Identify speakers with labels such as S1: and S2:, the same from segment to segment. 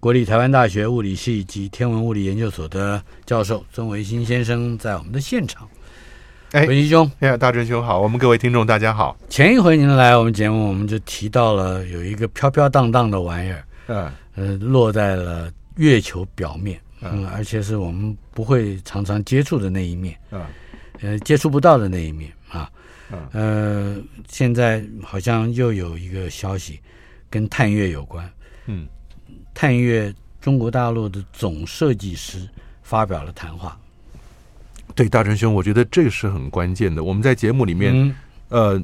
S1: 国立台湾大学物理系及天文物理研究所的教授孙维新先生在我们的现场。
S2: 哎
S1: 维新兄，
S2: 哎呀，大真兄好，我们各位听众大家好。
S1: 前一回您来我们节目，我们就提到了有一个飘飘荡荡的玩意儿，
S2: 嗯，
S1: 呃，落在了月球表面，
S2: 嗯
S1: 嗯，而且是我们不会常常接触的那一面，
S2: 嗯，
S1: 呃，接触不到的那一面啊
S2: 嗯，
S1: 呃，现在好像又有一个消息跟探月有关，
S2: 嗯，
S1: 探月中国大陆的总设计师发表了谈话，
S2: 对，大真兄，我觉得这个是很关键的。我们在节目里面，
S1: 嗯，
S2: 呃，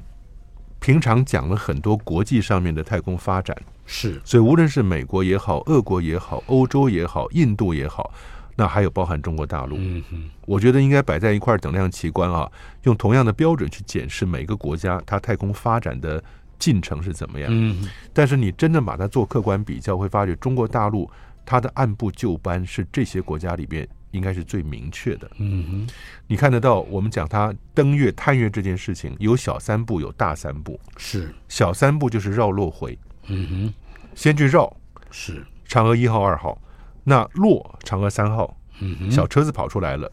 S2: 平常讲了很多国际上面的太空发展，
S1: 是，
S2: 所以无论是美国也好，俄国也好，欧洲也好，印度也好，那还有包含中国大陆，
S1: 嗯哼，
S2: 我觉得应该摆在一块儿等量齐观啊，用同样的标准去检视每个国家它太空发展的进程是怎么样。
S1: 嗯哼，
S2: 但是你真正把它做客观比较，会发觉中国大陆它的按部就班是这些国家里边应该是最明确的。
S1: 嗯哼，
S2: 你看得到，我们讲它登月、探月这件事情，有小三步，有大三步。
S1: 是，
S2: 小三步就是绕落回，
S1: 嗯
S2: 先去绕
S1: 哼，是，
S2: 嫦娥一号、二号，那落嫦娥三号，
S1: 嗯哼，
S2: 小车子跑出来了，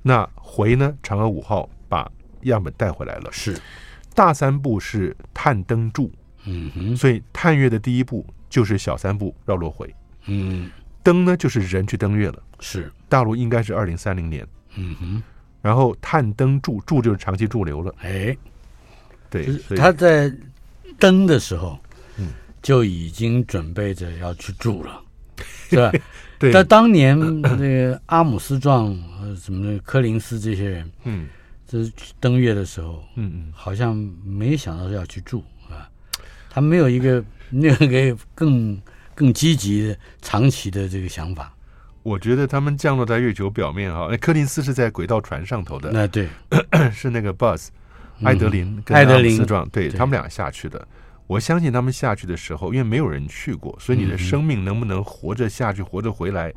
S2: 那回呢，嫦娥五号把样本带回来了。
S1: 是，
S2: 大三步是探登柱，
S1: 嗯哼，
S2: 所以探月的第一步就是小三步绕落回。
S1: 嗯，
S2: 登呢就是人去登月了，
S1: 是，
S2: 大陆应该是二零三零年，
S1: 嗯哼，
S2: 然后探登驻驻就是长期驻留了，
S1: 哎。
S2: 对
S1: 就，
S2: 所
S1: 是
S2: 以
S1: 他在登的时候，
S2: 嗯
S1: 就已经准备着要去住了，是 吧？
S2: 对，
S1: 但当年 那个阿姆斯壮、呃、什么柯林斯这些人，
S2: 嗯
S1: 就是去登月的时候，
S2: 嗯嗯，
S1: 好像没想到要去住啊，他没有一个那个更更积极的长期的这个想法。
S2: 我觉得他们降落在月球表面哈，那哎柯林斯是在轨道船上头的，
S1: 那对，
S2: 是那个 Buzz 艾德林跟
S1: 艾德
S2: 阿姆
S1: 林
S2: 斯壮，对
S1: 对
S2: 他们俩下去的。我相信他们下去的时候，因为没有人去过，所以你
S1: 嗯
S2: 的
S1: 嗯
S2: 生命能不能活着下去、活着回来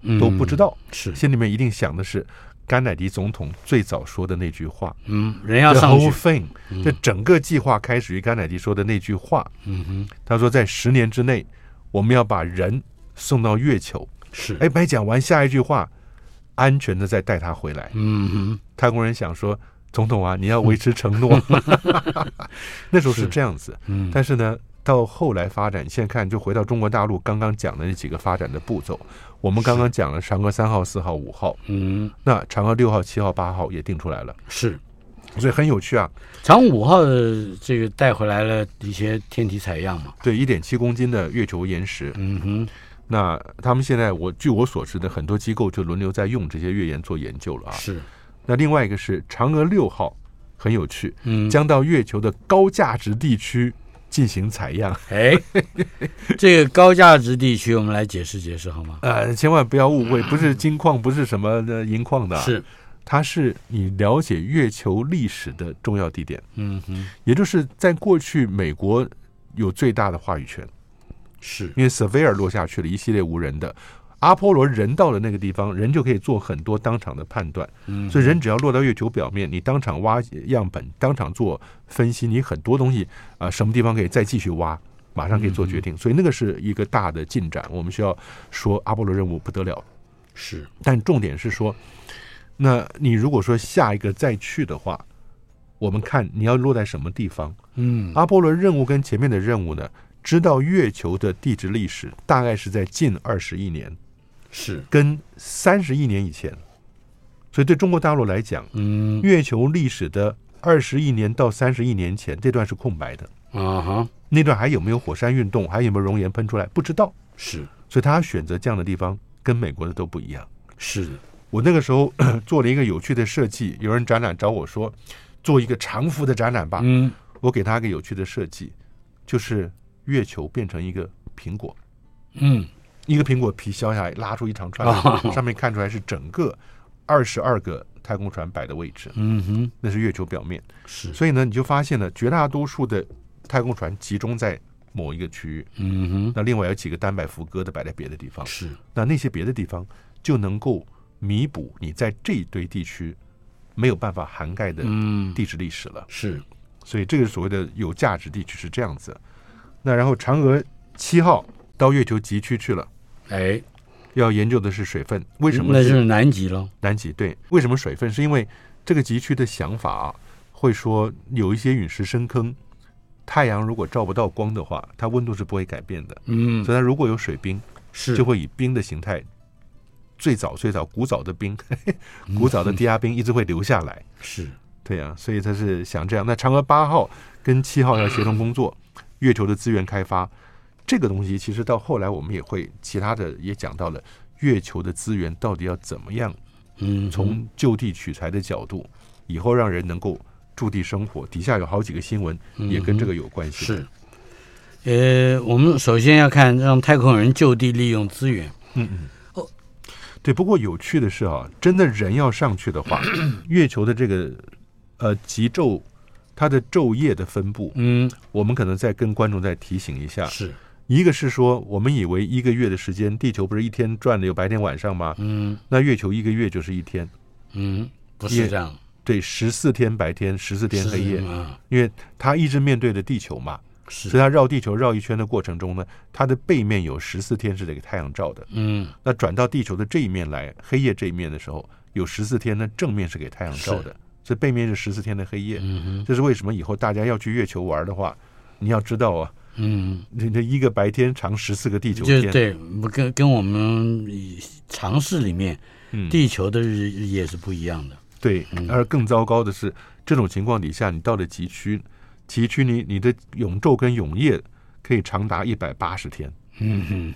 S1: 嗯
S2: 都不知道。
S1: 是，
S2: 心里面一定想的是甘乃迪总统最早说的那句话
S1: 嗯，人要
S2: ：“The
S1: 上
S2: whole
S1: 去，
S2: thing。”这整个计划开始于甘乃迪说的那句话，
S1: 嗯哼，
S2: 他说在十年之内，我们要把人送到月球。
S1: 是，
S2: 哎，没讲完下一句话，安全的再带他回来。
S1: 嗯哼，
S2: 太空人想说，总统啊，你要维持承 诺。 那时候是这样子，
S1: 嗯，
S2: 但是呢，到后来发展，现在看就回到中国大陆刚刚讲的那几个发展的步骤。我们刚刚讲了嫦娥三号、四号、五号，
S1: 嗯，
S2: 那嫦娥六号、七号、八号也定出来了，
S1: 是。
S2: 所以很有趣啊。
S1: 长五号的这个带回来了一些天体采样嘛，
S2: 对，一点七公斤的月球岩石，
S1: 嗯哼，
S2: 那他们现在我据我所知的很多机构就轮流在用这些月岩做研究了啊。
S1: 是，
S2: 那另外一个是嫦娥六号，很有趣，
S1: 嗯，
S2: 将到月球的高价值地区进行采样。
S1: 哎， 这个高价值地区，我们来解释解释好吗？
S2: 呃，千万不要误会，不是金矿，不是什么的银矿的、，啊
S1: 是，
S2: 它是你了解月球历史的重要地点，
S1: 嗯哼，
S2: 也就是在过去美国有最大的话语权，
S1: 是，
S2: 因为 Surveyor 落下去了，一系列无人的。阿波罗人到了那个地方，人就可以做很多当场的判断。
S1: 嗯，
S2: 所以人只要落到月球表面，你当场挖样本，当场做分析，你很多东西啊、呃什么地方可以再继续挖，马上可以做决定。所以那个是一个大的进展，我们需要说阿波罗任务不得了。
S1: 是，
S2: 但重点是说，那你如果说下一个再去的话，我们看你要落在什么地方。
S1: 嗯，
S2: 阿波罗任务跟前面的任务呢，知道月球的地质历史大概是在近二十亿年
S1: 是，
S2: 跟三十亿年以前，所以对中国大陆来讲。
S1: 嗯，
S2: 月球历史的二十亿年到三十亿年前这段是空白的，
S1: 啊哈，
S2: 那段还有没有火山运动，还有没有熔岩喷出来，不知道。
S1: 是，
S2: 所以他选择这样的地方，跟美国的都不一样。
S1: 是的，
S2: 我那个时候 做了一个有趣的设计，有人展览找我说，做一个长幅的展览吧。
S1: 嗯，
S2: 我给他一个有趣的设计，就是月球变成一个苹果，
S1: 嗯，
S2: 一个苹果皮削下来，拉出一长串
S1: 哦
S2: 来，上面看出来是整个二十二个太空船摆的位置，
S1: 嗯哼，
S2: 那是月球表面。
S1: 是，
S2: 所以呢，你就发现了绝大多数的太空船集中在某一个区域，
S1: 嗯
S2: 那另外有几个单摆浮搁的摆在别的地方
S1: 哼，。是，
S2: 那那些别的地方就能够弥补你在这一堆地区没有办法涵盖的
S1: 嗯，
S2: 地质历史了。
S1: 是，
S2: 所以这个所谓的有价值地区是这样子。那然后嫦娥七号到月球极区去了，
S1: 哎，
S2: 要研究的是水分，为什么
S1: 嗯那就是南极喽？
S2: 南极？对，为什么水分？是因为这个极区的想法啊，会说有一些陨石深坑，太阳如果照不到光的话，它温度是不会改变的。
S1: 嗯，
S2: 所以它如果有水冰，
S1: 是，
S2: 就会以冰的形态，最早最早古早的冰，
S1: 嗯
S2: 古早的低压冰一直会留下来。
S1: 是，
S2: 对呀、所以他是想这样。那嫦娥八号跟七号要协同工作，月球的资源开发，这个东西其实到后来我们也会其他的也讲到了，月球的资源到底要怎么样
S1: 嗯，
S2: 从就地取材的角度，以后让人能够驻地生活。底下有好几个新闻也跟这个有关
S1: 嗯
S2: 系。
S1: 是，呃，我们首先要看让太空人就地利用资源，
S2: 嗯嗯。
S1: 哦
S2: 对，不过有趣的是啊，真的人要上去的话，月球的这个呃极昼，它的昼夜的分布，
S1: 嗯，
S2: 我们可能再跟观众再提醒一下。
S1: 是，
S2: 一个是说，我们以为一个月的时间，地球不是一天转的有白天晚上吗？
S1: 嗯
S2: 那月球一个月就是一天，
S1: 嗯，不
S2: 也
S1: 是这样，
S2: 对，十四天白天，十四天
S1: 是
S2: 黑
S1: 这
S2: 夜，
S1: 样啊，
S2: 因为它一直面对着地球嘛，所以
S1: 是，
S2: 它绕地球绕一圈的过程中呢，它的背面有十四天是这个太阳照的。
S1: 嗯，
S2: 那转到地球的这一面来，黑夜这一面的时候，有十四天呢，正面是给太阳照的，所以背面是十四天的黑夜。
S1: 嗯哼，
S2: 这是为什么以后大家要去月球玩的话，你要知道啊，
S1: 嗯，
S2: 你这一个白天长十四个地球
S1: 就
S2: 天，
S1: 对，不跟跟我们以尝试里面
S2: 嗯，
S1: 地球的日日夜是不一样的，
S2: 对，
S1: 嗯
S2: 而更糟糕的是，这种情况底下，你到了极区，极区你你的永昼跟永夜可以长达一百八十天，
S1: 嗯哼。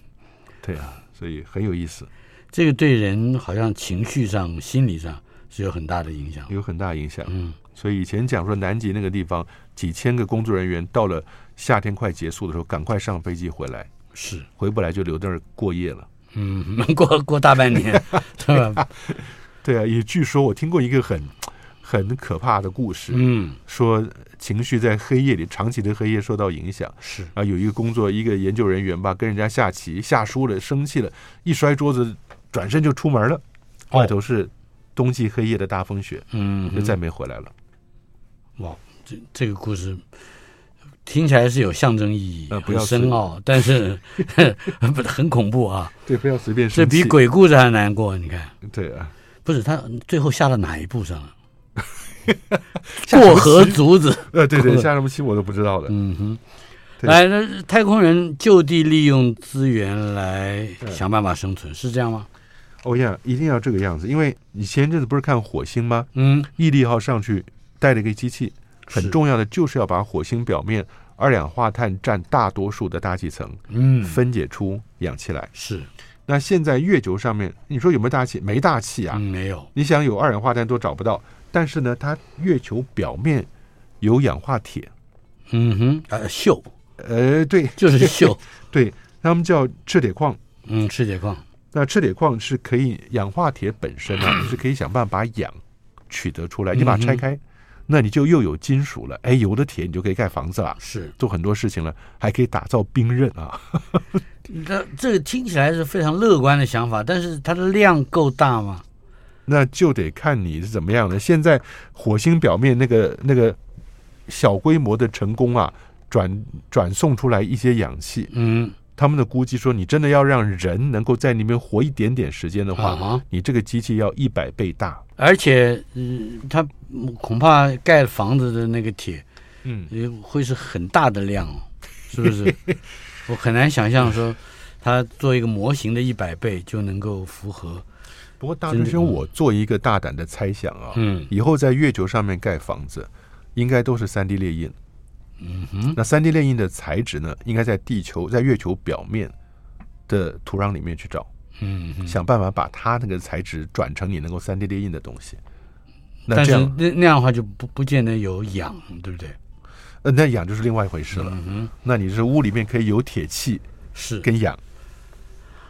S2: 对啊，所以很有意思，
S1: 这个对人好像情绪上、心理上是有很大的影响。
S2: 有很大影响。
S1: 嗯，
S2: 所以以前讲说南极那个地方，几千个工作人员到了夏天快结束的时候，赶快上飞机回来，
S1: 是，
S2: 回不来就留在那儿过夜了。
S1: 嗯， 过过大半 年，对吧？
S2: 对啊，也据说我听过一个很很可怕的故事，
S1: 嗯，
S2: 说情绪在黑夜里长期的黑夜受到影响。
S1: 是，
S2: 啊，有一个工作一个研究人员吧，跟人家下棋下输了，生气了，一摔桌子，转身就出门了，
S1: 哦
S2: 外头是冬季黑夜的大风雪，
S1: 嗯，
S2: 就再没回来了。
S1: 哇，这这个故事听起来是有象征意义，
S2: 呃不
S1: 很
S2: 要
S1: 深
S2: 是
S1: 奥，但是 不很恐怖啊！
S2: 对，不要随便
S1: 这
S2: 生气。
S1: 比鬼故事还难过。你看，
S2: 对啊，
S1: 不是他最后下到哪一步上了？
S2: 下什么
S1: 过河
S2: 棋
S1: 卒子。
S2: 呃，对 对，下什么棋我都不知道的。
S1: 嗯哼，
S2: 对
S1: 来，那太空人就地利用资源来想办法生存，是这样吗？
S2: 哦呀，一定要这个样子，因为你前一阵子不是看火星吗？
S1: 嗯，
S2: 毅力号上去带了一个机器，
S1: 是
S2: 很重要的就是要把火星表面二氧化碳占大多数的大气层
S1: 嗯，
S2: 分解出氧气来。
S1: 是，
S2: 那现在月球上面，你说有没有大气？没大气啊
S1: 嗯，，没有，
S2: 你想有二氧化碳都找不到。但是呢，它月球表面有氧化铁，
S1: 嗯哼，呃，锈
S2: 呃，对
S1: 就是 锈，
S2: 对，他们叫赤铁矿。
S1: 嗯，赤铁矿，
S2: 那赤铁矿是可以氧化铁本身啊，是可以想办法把氧取得出来，你把它拆开，那你就又有金属了。哎，有的铁你就可以盖房子了，
S1: 是，
S2: 做很多事情了，还可以打造兵刃啊。
S1: 这这个听起来是非常乐观的想法，但是它的量够大吗？
S2: 那就得看你是怎么样的。现在火星表面那个那个小规模的成功啊，转转送出来一些氧气，
S1: 嗯，
S2: 他们的估计说，你真的要让人能够在里面活一点点时间的
S1: 啊
S2: 话，
S1: 哈，
S2: 你这个机器要一百倍大。
S1: 而且，嗯，它嗯恐怕盖房子的那个铁，
S2: 嗯，
S1: 呃会是很大的量哦，是不 是？我很难想象说，它做一个模型的一百倍就能够符合，
S2: 不过大春
S1: 真的
S2: 兄，我做一个大胆的猜想啊，
S1: 嗯
S2: 以后在月球上面盖房子，应该都是三 D 列印。
S1: 嗯哼，
S2: 那三 D 列印的材质呢，应该在地球在月球表面的土壤里面去找，
S1: 嗯哼，
S2: 想办法把它那个材质转成你能够三 D 列印的东西。那
S1: 但
S2: 这
S1: 是
S2: 样，
S1: 那那样的话就不不见得有氧，对不对？
S2: 呃，那氧就是另外一回事了。
S1: 嗯哼，
S2: 那你是屋里面可以有铁器
S1: 是
S2: 跟氧，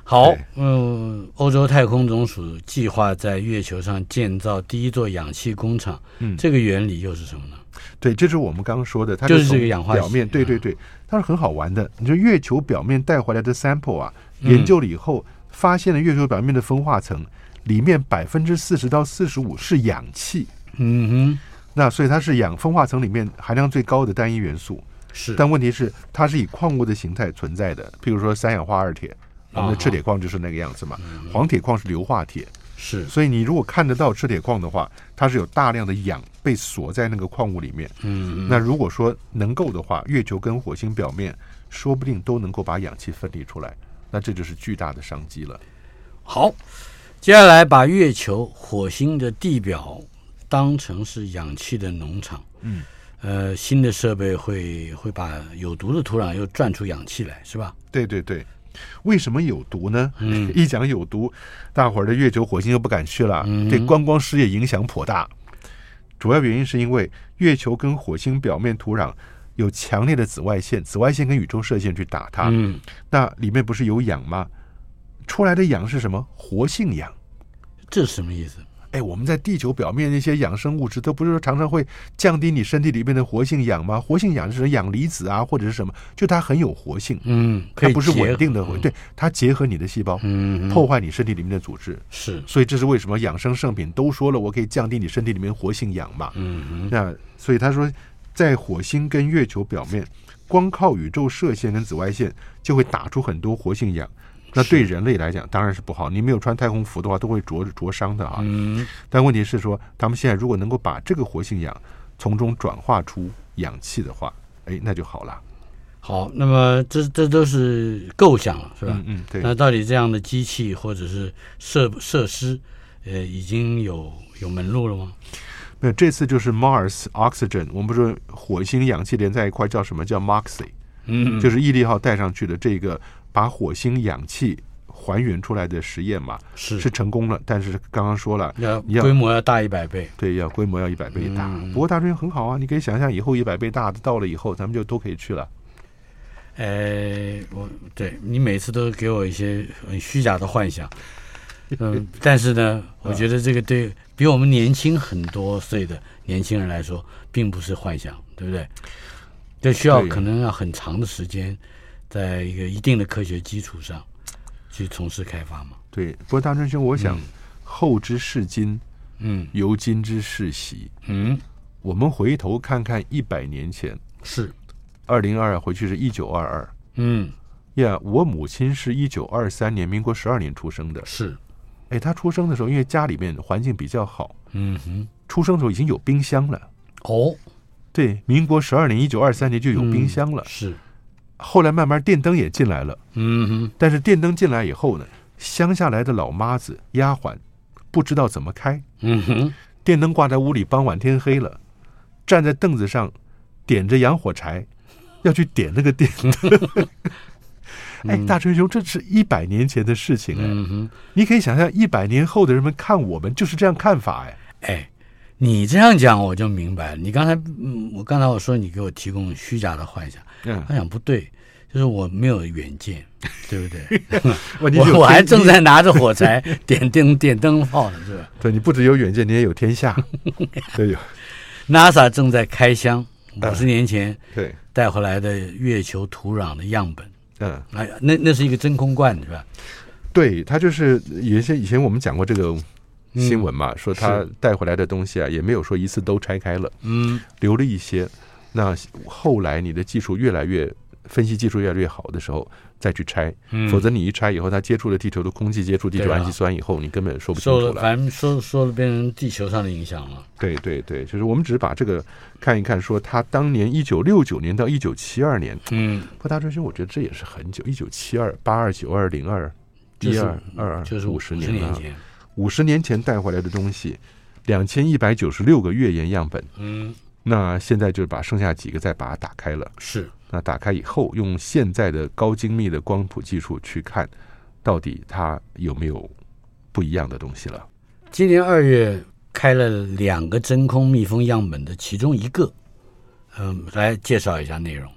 S1: 好
S2: 对，
S1: 嗯，欧洲太空总署计划在月球上建造第一座氧气工厂，
S2: 嗯
S1: 这个原理又是什么呢？
S2: 对，这是我们刚刚说的，它
S1: 就是
S2: 从
S1: 这个氧化
S2: 表
S1: 系嗯
S2: 面，对对对，它是很好玩的。你说月球表面带回来的 sample 啊，
S1: 嗯
S2: 研究了以后发现了月球表面的风化层里面百分之四十到四十五是氧气，
S1: 嗯
S2: 那所以它是氧风化层里面含量最高的单一元素。
S1: 哼，是，
S2: 但问题是，它是以矿物的形态存在的，譬如说三氧化二铁，我
S1: 啊
S2: 们的赤铁矿就是那个样子嘛，
S1: 嗯
S2: 黄铁矿是硫化铁，
S1: 是，
S2: 所以你如果看得到赤铁矿的话，它是有大量的氧被锁在那个矿物里面。
S1: 嗯，
S2: 那如果说能够的话，月球跟火星表面说不定都能够把氧气分离出来，那这就是巨大的商机了。
S1: 好，接下来把月球、火星的地表当成是氧气的农场。
S2: 嗯，
S1: 呃，新的设备会会把有毒的土壤又转出氧气来，是吧？
S2: 对对对，为什么有毒呢？
S1: 嗯
S2: 一讲有毒，大伙儿的月球、火星又不敢去了，
S1: 嗯
S2: 对观光事业影响颇大。主要原因是因为月球跟火星表面土壤有强烈的紫外线，紫外线跟宇宙射线去打它，
S1: 嗯，
S2: 那里面不是有氧吗？出来的氧是什么？活性氧。
S1: 这是什么意思？
S2: 哎，我们在地球表面那些养生物质，都不是说常常会降低你身体里面的活性氧吗？活性氧是氧离子啊，或者是什么，就它很有活性，
S1: 嗯，可
S2: 它
S1: 以
S2: 不是稳
S1: 结
S2: 定的
S1: 合
S2: 活，，对，它结合你的细胞，
S1: 嗯，
S2: 破坏你身体里面的组织。
S1: 是，
S2: 所以这是为什么养生圣品都说了，我可以降低你身体里面活性氧嘛。
S1: 嗯
S2: 那所以他说，在火星跟月球表面，光靠宇宙射线跟紫外线就会打出很多活性氧。那对人类来讲当然是不好，你没有穿太空服的话都会灼灼伤的啊。
S1: 嗯，
S2: 但问题是说，他们现在如果能够把这个活性氧从中转化出氧气的话，哎，那就好了。
S1: 好，那么这这都是构想了，是吧？
S2: 嗯嗯，对。
S1: 那到底这样的机器或者是设设施，呃，已经有有门路了吗？
S2: 那这次就是 Mars Oxygen，我们不是火星氧气连在一块叫什么叫 Moxie，
S1: 嗯，
S2: 就是是毅力号带上去的这个把火星氧气还原出来的实验嘛，
S1: 是嗯
S2: 是成功了。但是刚刚说了，
S1: 要
S2: 要
S1: 规模要大一百倍，
S2: 对，要规模要一百倍大。
S1: 嗯
S2: 不过大专很好啊，你可以想象以后一百倍大的到了以后，咱们就都可以去了。
S1: 哎，我对你每次都给我一些很虚假的幻 想，嗯，但是呢，我觉得这个对比我们年轻很多岁的年轻人来说，并不是幻想，对不对？这需要
S2: 对
S1: 可能要很长的时间，在一个一定的科学基础上去从事开发嘛。
S2: 对，不过大专兄，我想、后知是今，
S1: 嗯
S2: 由今之世袭。
S1: 嗯，
S2: 我们回头看看一百年前，
S1: 是，
S2: 二零二二回去是一九二二
S1: 嗯
S2: 呀。我母亲是一九二三年，民国十二年出生的。
S1: 是，
S2: 哎，她出生的时候，因为家里面环境比较好，
S1: 嗯哼，
S2: 出生的时候已经有冰箱了。
S1: 哦，
S2: 对，民国十二年，一九二三年就有
S1: 嗯
S2: 冰箱了。
S1: 是，
S2: 后来慢慢电灯也进来了，
S1: 嗯哼，
S2: 但是电灯进来以后呢，乡下来的老妈子丫鬟不知道怎么开，
S1: 嗯哼，
S2: 电灯挂在屋里，傍晚天黑了，站在凳子上点着洋火柴，要去点那个电灯。 哎，大春兄，这是一百年前的事情哎，
S1: 嗯哼。
S2: 你可以想象一百年后的人们看我们就是这样看法哎。
S1: 哎，你这样讲我就明白了。你刚才，嗯，我刚才我说你给我提供虚假的幻想，
S2: 嗯
S1: 幻想不对，就是我没有远 见，对不对？
S2: 我
S1: 我我还正在拿着火柴点灯点灯泡呢，是吧
S2: 对你不只有远见，你也有天 下，对有
S1: ？NASA 正在开箱
S2: 嗯
S1: 五十年前
S2: 对，
S1: 带回来的月球土壤的样本，
S2: 嗯，
S1: 哎呀，那那是一个真空罐，是吧？
S2: 对他就是原先以前我们讲过这个
S1: 嗯
S2: 新闻嘛，说他带回来的东西啊，也没有说一次都拆开了。
S1: 嗯
S2: 留了一些。那后来你的技术越来越分析技术越来越好的时候，再去拆，
S1: 嗯，
S2: 否则你一拆以后，它接触了地球的空气，接触地球
S1: 对啊
S2: 氨基酸以后，你根本说不清
S1: 受
S2: 楚
S1: 了，
S2: 了。
S1: 反正受受了变成地球上的影响了。
S2: 对对对，就是我们只是把这个看一看，说他当年一九六九年到一九七二年，
S1: 嗯，
S2: 不过大追兄，我觉得这也是很久，一九七二、八二、九二、零二、
S1: 就
S2: 一
S1: 是
S2: 二、二二，
S1: 就是
S2: 五
S1: 十
S2: 十
S1: 年
S2: 了，
S1: 前，
S2: 五十年前带回来的东西，两千一百九十六个月岩样本，
S1: 嗯，
S2: 那现在就是把剩下几个再把它打开了。
S1: 是，
S2: 那打开以后，用现在的高精密的光谱技术去看，到底它有没有不一样的东西了？
S1: 今年二月开了两个真空密封样本的其中一个，嗯，来介绍一下内容。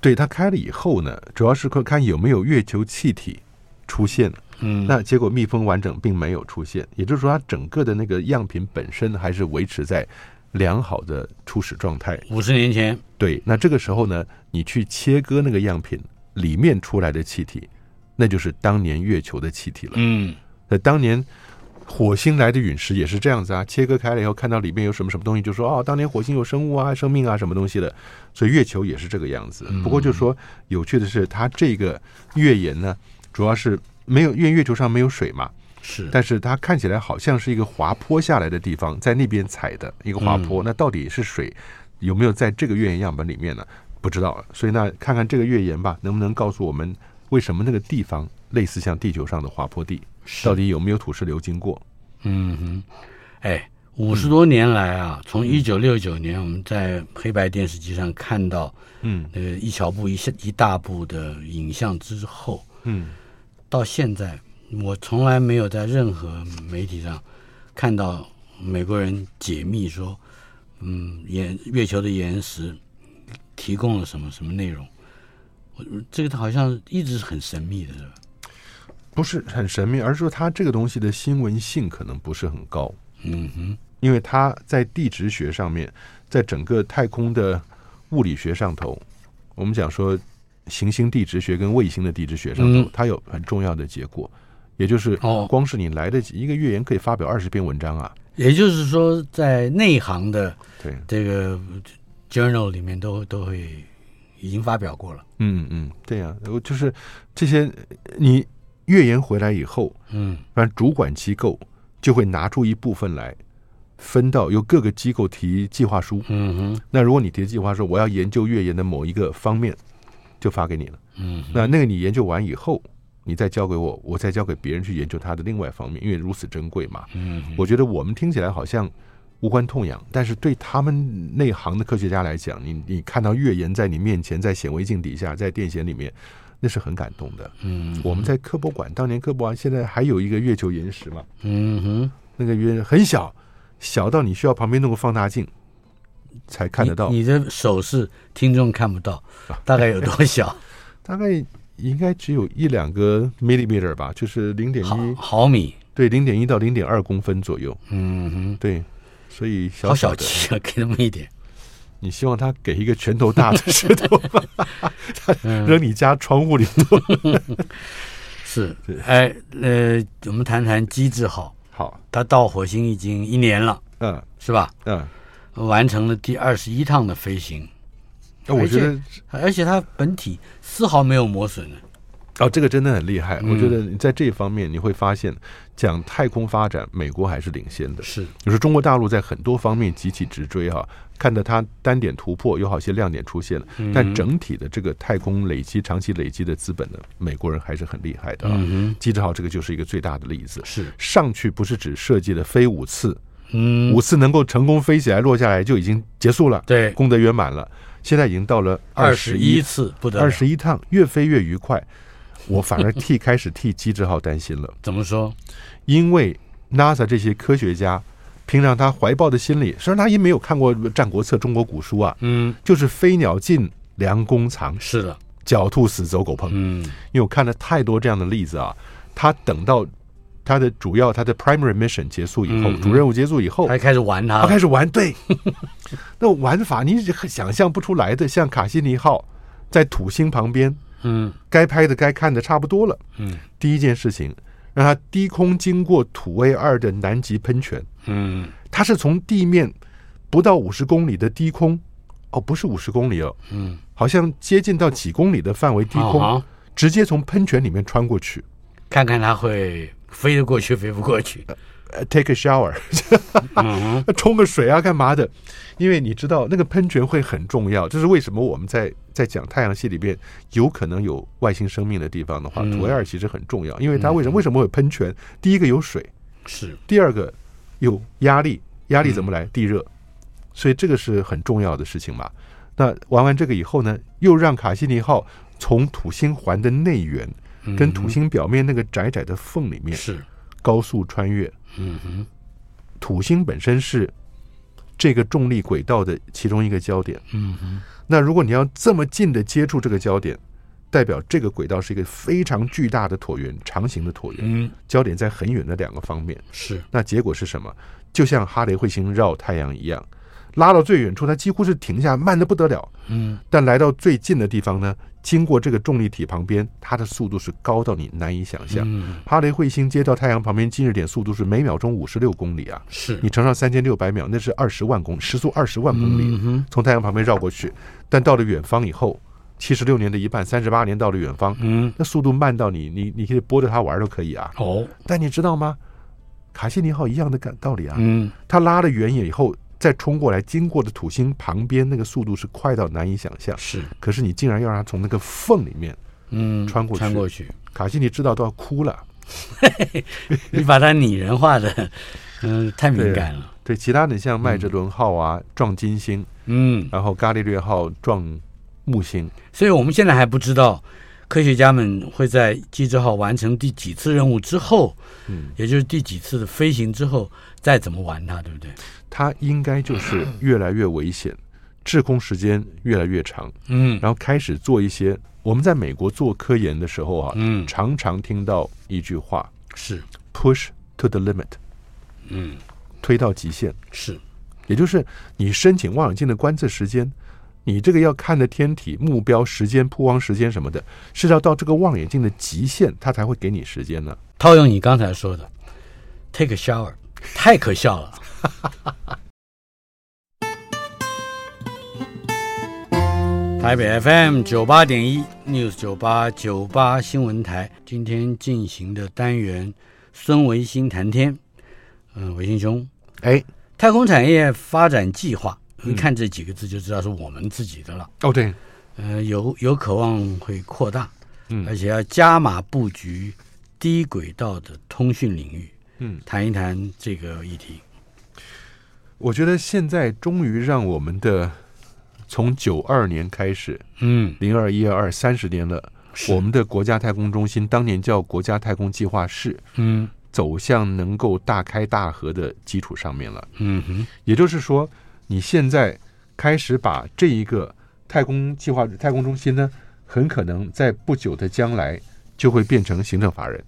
S2: 对，它开了以后呢，主要是看有没有月球气体出现了，
S1: 嗯，
S2: 那结果密封完整并没有出现，也就是说它整个的那个样品本身还是维持在良好的初始状态。
S1: 五十年前，
S2: 对，那这个时候呢，你去切割那个样品里面出来的气体，那就是当年月球的气体了。
S1: 嗯
S2: 那当年火星来的陨石也是这样子啊，切割开了以后，看到里面有什么什么东西，就说哦，当年火星有生物啊、生命啊什么东西的。所以月球也是这个样子。不过就说有趣的是，它这个月岩呢，主要是没有，因为月球上没有水嘛，
S1: 是，
S2: 但是它看起来好像是一个滑坡下来的地方，在那边踩的一个滑坡。那到底是水有没有在这个月岩样本里面呢？不知道了。所以那看看这个月岩吧，能不能告诉我们为什么那个地方类似像地球上的滑坡地？
S1: 是
S2: 到底有没有土石流经过？
S1: 嗯哼，哎，五十多年来啊，从一九六九年我们在黑白电视机上看到
S2: 嗯
S1: 那个一小步一下一大步的影像之后，
S2: 嗯
S1: 到现在我从来没有在任何媒体上看到美国人解密说，嗯，岩月球的岩石提供了什么什么内容。我这个好像一直是很神秘的，是吧？
S2: 不是很神秘，而是说它这个东西的新闻性可能不是很高，
S1: 嗯哼，
S2: 因为它在地质学上面，在整个太空的物理学上头，我们讲说行星地质学跟卫星的地质学上头
S1: 嗯，
S2: 它有很重要的结果，也就是
S1: 哦
S2: 光是你来得及一个月言可以发表二十篇文章啊，
S1: 也就是说，在内行的
S2: 对，
S1: 这个 journal 里面都都会已经发表过了。
S2: 嗯嗯，对呀、我就是这些你月言回来以后，
S1: 嗯
S2: 反正主管机构就会拿出一部分来分到由各个机构提计划书。
S1: 嗯哼
S2: 那如果你提计划说我要研究月岩的某一个方面，就发给你了。
S1: 嗯哼，
S2: 那那个你研究完以后，你再交给我，我再交给别人去研究它的另外方面，因为如此珍贵嘛。
S1: 嗯哼，
S2: 我觉得我们听起来好像无关痛痒，但是对他们内行的科学家来讲，你你看到月岩在你面前，在显微镜底下，在电显里面，那是很感动的。
S1: 嗯
S2: 我们在科博馆，当年科博馆现在还有一个月球岩石嘛，
S1: 嗯哼，
S2: 那个圆很小，小到你需要旁边弄个放大镜才看得到啊
S1: 你。。你的手势听众看不到，大概有多小？
S2: 大概应该只有一两个 millimeter 吧，就是零点
S1: 毫
S2: 一，
S1: 毫米。
S2: 对，零点一到零点二公分左右。
S1: 嗯哼，
S2: 对，所以小
S1: 好小
S2: 的，
S1: 气啊，给那么一 点。
S2: 你希望他给一个拳头大的 石头吧，他扔你家窗户里头。
S1: 嗯是
S2: 对，
S1: 哎，呃，我们谈谈机智好，
S2: 好，
S1: 他到火星已经一年了，
S2: 嗯
S1: 是吧？
S2: 嗯，
S1: 完成了第二十一趟的飞行，
S2: 那我觉得
S1: 而且它本体丝毫没有磨损啊呢。
S2: 哦，这个真的很厉害。
S1: 嗯
S2: 我觉得你在这方面你会发现，讲太空发展，美国还是领先的。
S1: 是，
S2: 就是中国大陆在很多方面急起直追哈、看到它单点突破，有好些亮点出现了，
S1: 嗯
S2: 但整体的这个太空累积、长期累积的资本呢，美国人还是很厉害的、啊。
S1: 嗯
S2: 机智号这个就是一个最大的例子
S1: 哼，。是，
S2: 上去不是只设计了飞五次，
S1: 嗯，
S2: 五次能够成功飞起来、落下来就已经结束了，
S1: 对，
S2: 功德圆满了。现在已经到了
S1: 二
S2: 十
S1: 十一次不得了
S2: 二十一趟，越飞越愉快。我反而替开始替机智号担心了。
S1: 怎么说？
S2: 因为 NASA 这些科学家，平常他怀抱的心理，虽然他也没有看过《战国策》中国古书啊，
S1: 嗯，
S2: 就是飞鸟尽，良弓藏；
S1: 是的，
S2: 狡兔死，走狗烹。
S1: 嗯
S2: 因为我看了太多这样的例子啊，他等到他的主要他的 primary mission 结束以后，
S1: 嗯嗯
S2: 主任务结束以后，
S1: 他开始玩它
S2: 他
S1: 了，
S2: 哦开始玩，对，那玩法你很想象不出来的，像卡西尼号在土星旁边，
S1: 嗯
S2: 该拍的、该看的差不多了。
S1: 嗯
S2: 第一件事情，让它低空经过土卫二的南极喷泉，
S1: 嗯
S2: 它是从地面不到五十公里的低空，哦，不是五十公里哦，
S1: 嗯，啊
S2: 好像接近到几公里的范围低空，
S1: 好好
S2: 直接从喷泉里面穿过去。
S1: 看看它会飞得过去，飞不过去。
S2: 呃 Take a shower，
S1: 嗯哼，
S2: 冲个水啊，干嘛的？因为你知道那个喷泉会很重要，这是为什么我们在在讲太阳系里边有可能有外星生命的地方的话，
S1: 嗯
S2: 土卫二其实很重要，因为它为什么为什么会有喷泉？第一个有水，
S1: 是，
S2: 第二个有压力，压力怎么来？
S1: 嗯
S2: 地热，所以这个是很重要的事情嘛。那玩完这个以后呢，又让卡西尼号从土星环的内缘
S1: 嗯
S2: 跟土星表面那个窄窄的缝里面
S1: 是，
S2: 高速穿越。
S1: 嗯哼，
S2: 土星本身是这个重力轨道的其中一个焦点。
S1: 嗯哼，
S2: 那如果你要这么近的接触这个焦点，代表这个轨道是一个非常巨大的椭圆，长形的椭圆，
S1: 嗯，
S2: 焦点在很远的两个方面。
S1: 是，
S2: 那结果是什么？就像哈雷彗星绕太阳一样，拉到最远处，它几乎是停下，慢的不得了。
S1: 嗯，
S2: 但来到最近的地方呢，经过这个重力体旁边，它的速度是高到你难以想象。
S1: 嗯，
S2: 哈雷彗星接到太阳旁边近日点速度是每秒钟五十六公里啊，
S1: 是，
S2: 你乘上三千六百秒，那是二十万公时速二十万公里，
S1: 嗯哼，
S2: 从太阳旁边绕过去。但到了远方以后，七十六年的一半，三十八年到了远方，
S1: 嗯，
S2: 那速度慢到你你你可以拨着它玩都可以啊。
S1: 哦，
S2: 但你知道吗？卡西尼号一样的感道理啊，
S1: 嗯，
S2: 它拉了远以后再冲过来，经过的土星旁边那个速度是快到难以想象。
S1: 是，
S2: 可是你竟然要让它从那个缝里面，
S1: 嗯，
S2: 穿过去
S1: 穿过去，
S2: 卡西尼知道都要哭了。
S1: 你把它拟人化的， 嗯，太敏感了，
S2: 对，其他的像麦哲伦号啊、撞金星，
S1: 嗯，
S2: 然后伽利略号撞木星，
S1: 所以我们现在还不知道。科学家们会在机智号完成第几次任务之后，
S2: 嗯，
S1: 也就是第几次的飞行之后，再怎么玩它，对不对？
S2: 它应该就是越来越危险，滞空时间越来越长，
S1: 嗯
S2: 然后开始做一些我们在美国做科研的时候啊，
S1: 嗯，
S2: 常常听到一句话
S1: 是，
S2: ：push to the limit，
S1: 嗯
S2: 推到极限。
S1: 是，
S2: 也就是你申请望远镜的观测时间，你这个要看的天体目标时间、曝光时间什么的，是要到这个望远镜的极限，它才会给你时间呢。
S1: 套用你刚才说的，take a shower，太可笑了。 台北 FM 九八点一 News 九八九八新闻台今天进行的单元孙维新谈天，嗯、维新兄，
S2: 哎，
S1: 太空产业发展计划，一看这几个字就知道是我们自己的了。
S2: 哦对，
S1: 呃，有有渴望会扩大，
S2: 嗯
S1: 而且要加码布局低轨道的通讯领域，
S2: 嗯，
S1: 谈一谈这个议题。
S2: 我觉得现在终于让我们的从九二年开始，
S1: 嗯，
S2: 零二一二二三十年了，
S1: 是
S2: 我们的国家太空中心当年叫国家太空计划室，
S1: 嗯
S2: 走向能够大开大合的基础上面了。
S1: 嗯哼，
S2: 也就是说，你现在开始把这一个太空计划、太空中心呢，很可能在不久的将来就会变成行政法人。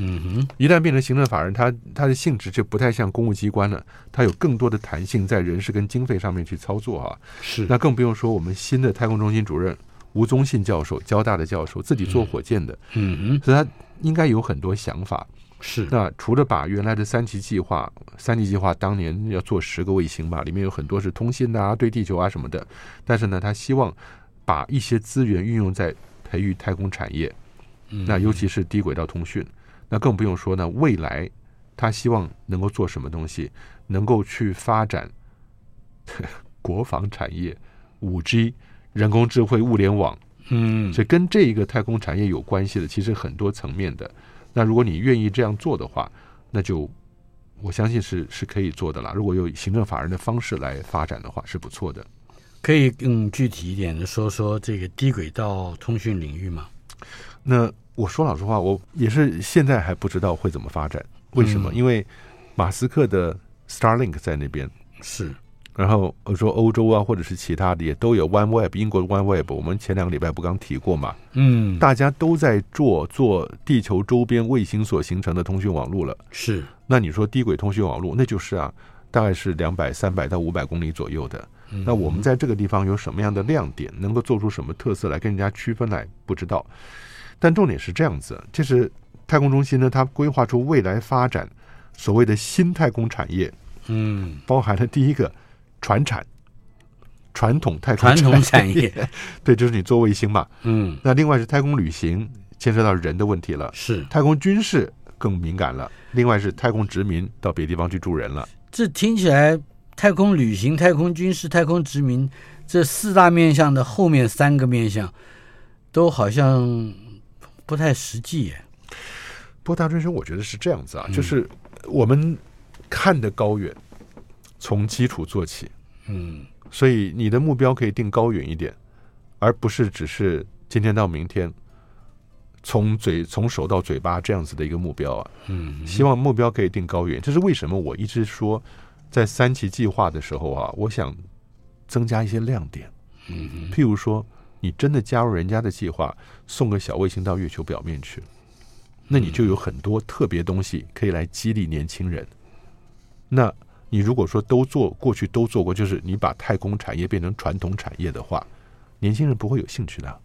S1: 嗯哼，
S2: 一旦变成行政法人，它它的性质就不太像公务机关了，它有更多的弹性在人事跟经费上面去操作啊。
S1: 是
S2: 那更不用说我们新的太空中心主任吴宗信教授，交大的教授，自己做火箭的，
S1: 嗯哼
S2: 所以他应该有很多想法。
S1: 是
S2: 那除了把原来的三级计划，三级计划当年要做十个卫星吧，里面有很多是通信啊、对地球啊什么的，但是呢，他希望把一些资源运用在培育太空产业，
S1: 嗯
S2: 那尤其是低轨道通讯，那更不用说呢，未来他希望能够做什么东西，能够去发展 国防产业、五 G、人工智慧、物联网。
S1: 嗯
S2: 所以跟这一个太空产业有关系的，其实很多层面的。那如果你愿意这样做的话，那就我相信是是可以做的啦。如果有行政法人的方式来发展的话，是不错的。
S1: 可以更具体一点的说说这个低轨道通讯领域吗？
S2: 那我说老实话，我也是现在还不知道会怎么发展。为什么？
S1: 嗯
S2: 因为马斯克的 Starlink 在那边，
S1: 是
S2: 然后我说欧洲啊，或者是其他的也都有 OneWeb，英国的 OneWeb，我们前两个礼拜不刚提过嘛？
S1: 嗯
S2: 大家都在做做地球周边卫星所形成的通讯网络了。
S1: 是
S2: 那你说低轨通讯网络，那就是啊，大概是两百、三百到五百公里左右的。
S1: 嗯
S2: 那我们在这个地方有什么样的亮点，能够做出什么特色来跟人家区分来，不知道。但重点是这样子，这是太空中心呢，它规划出未来发展所谓的新太空产业，
S1: 嗯
S2: 包含了第一个船产，传统太
S1: 传
S2: 空
S1: 统
S2: 产
S1: 产业，
S2: 对，就是你做卫星嘛。
S1: 嗯
S2: 那另外是太空旅行，牵涉到人的问题了。
S1: 是
S2: 太空军事更敏感了，另外是太空殖民到别地方去住人了。
S1: 这听起来，太空旅行、太空军事、太空殖民这四大面向的后面三个面向，都好像不太实际耶。
S2: 不过大专生，我觉得是这样
S1: 嗯
S2: 子啊，就是我们看得高远，从基础做起，
S1: 嗯
S2: 所以你的目标可以定高远一点，而不是只是今天到明天，从嘴从手到嘴巴这样子的一个目标啊。
S1: 嗯
S2: 希望目标可以定高远，这是为什么我一直说，在三期计划的时候啊，我想增加一些亮点，
S1: 嗯
S2: 譬如说你真的加入人家的计划，送个小卫星到月球表面去，那你就有很多特别东西可以来激励年轻人。那你如果说都做过去都做过，就是你把太空产业变成传统产业的话，年轻人不会有兴趣的啊。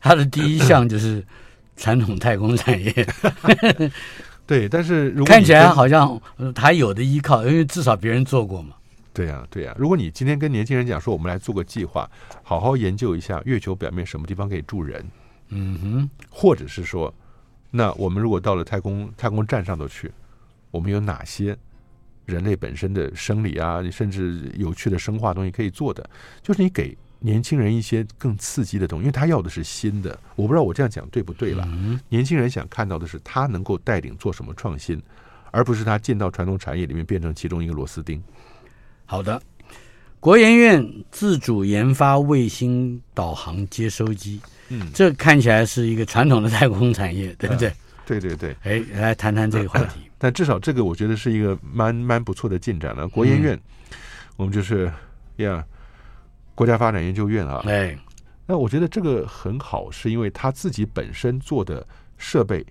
S1: 他的第一项就是传统太空产 业，
S2: 对，但是如果
S1: 看
S2: 你
S1: 起来
S2: 跟
S1: 好像呃他有的依靠，因为至少别人做过嘛。
S2: 对呀、对呀、如果你今天跟年轻人讲说，我们来做个计划，好好研究一下月球表面什么地方可以住人，
S1: 嗯哼，
S2: 或者是说，那我们如果到了太空太空站上头去，我们有哪些人类本身的生理啊，甚至有趣的生化东西可以做的？就是你给年轻人一些更刺激的东西，因为他要的是新的。我不知道我这样讲对不对了。年轻人想看到的是他能够带领做什么创新，而不是他进到传统产业里面变成其中一个螺丝钉。
S1: 好的。国研院自主研发卫星导航接收机，
S2: 嗯，
S1: 这看起来是一个传统的太空产业，对不对？
S2: 对对对。
S1: 哎，来谈谈这个话题。
S2: 但至少这个我觉得是一个蛮蛮不错的进展了。国研院，
S1: 嗯
S2: 我们就是呀，国家发展研究院啊。
S1: 哎，
S2: 那我觉得这个很好，是因为他自己本身做的设备，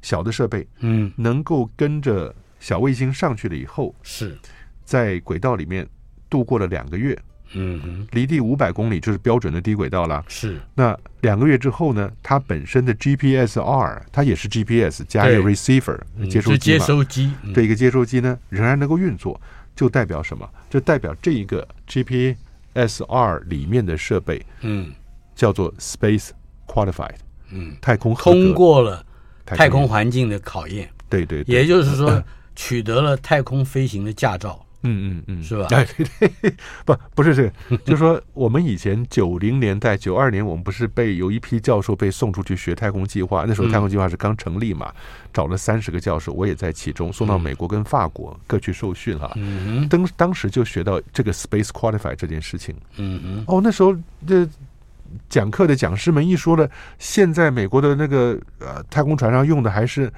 S2: 小的设备
S1: 嗯，
S2: 能够跟着小卫星上去了以后，
S1: 是，
S2: 在轨道里面度过了两个月，
S1: 嗯哼，
S2: 离地五百公里就是标准的低轨道了。
S1: 是，
S2: 那两个月之后呢，它本身的 GPSR，它也是 GPS 加一个
S1: 对
S2: receiver
S1: 嗯
S2: 接收
S1: 就
S2: 机
S1: 接
S2: 嘛，
S1: 收机，嗯
S2: 这一个接收机呢仍然能够运作，就代表什么？就代表这一个 GPSR 里面的设备
S1: 嗯
S2: 叫做 Space Qualified，
S1: 嗯，
S2: 太空合格
S1: 通过了太空
S2: 运
S1: 环境的考验，
S2: 对对对，
S1: 也就是 说取得了太空飞行的驾照，
S2: 嗯嗯嗯，
S1: 是吧
S2: 哎，对对， 不不是 这个，就是说我们以前九零年代、九二年，我们不是被有一批教授被送出去学太空计划，那时
S1: 嗯
S2: 候太空计划是刚成立嘛，找了三十个教授，我也在其中，送到美国跟法国各去受训哈、
S1: 嗯哼，
S2: 当当时就学到这个 space qualify 这件事情，
S1: 嗯哼，
S2: 哦，那时候这讲课的讲师们一说了，现在美国的那个呃太空船上用的还是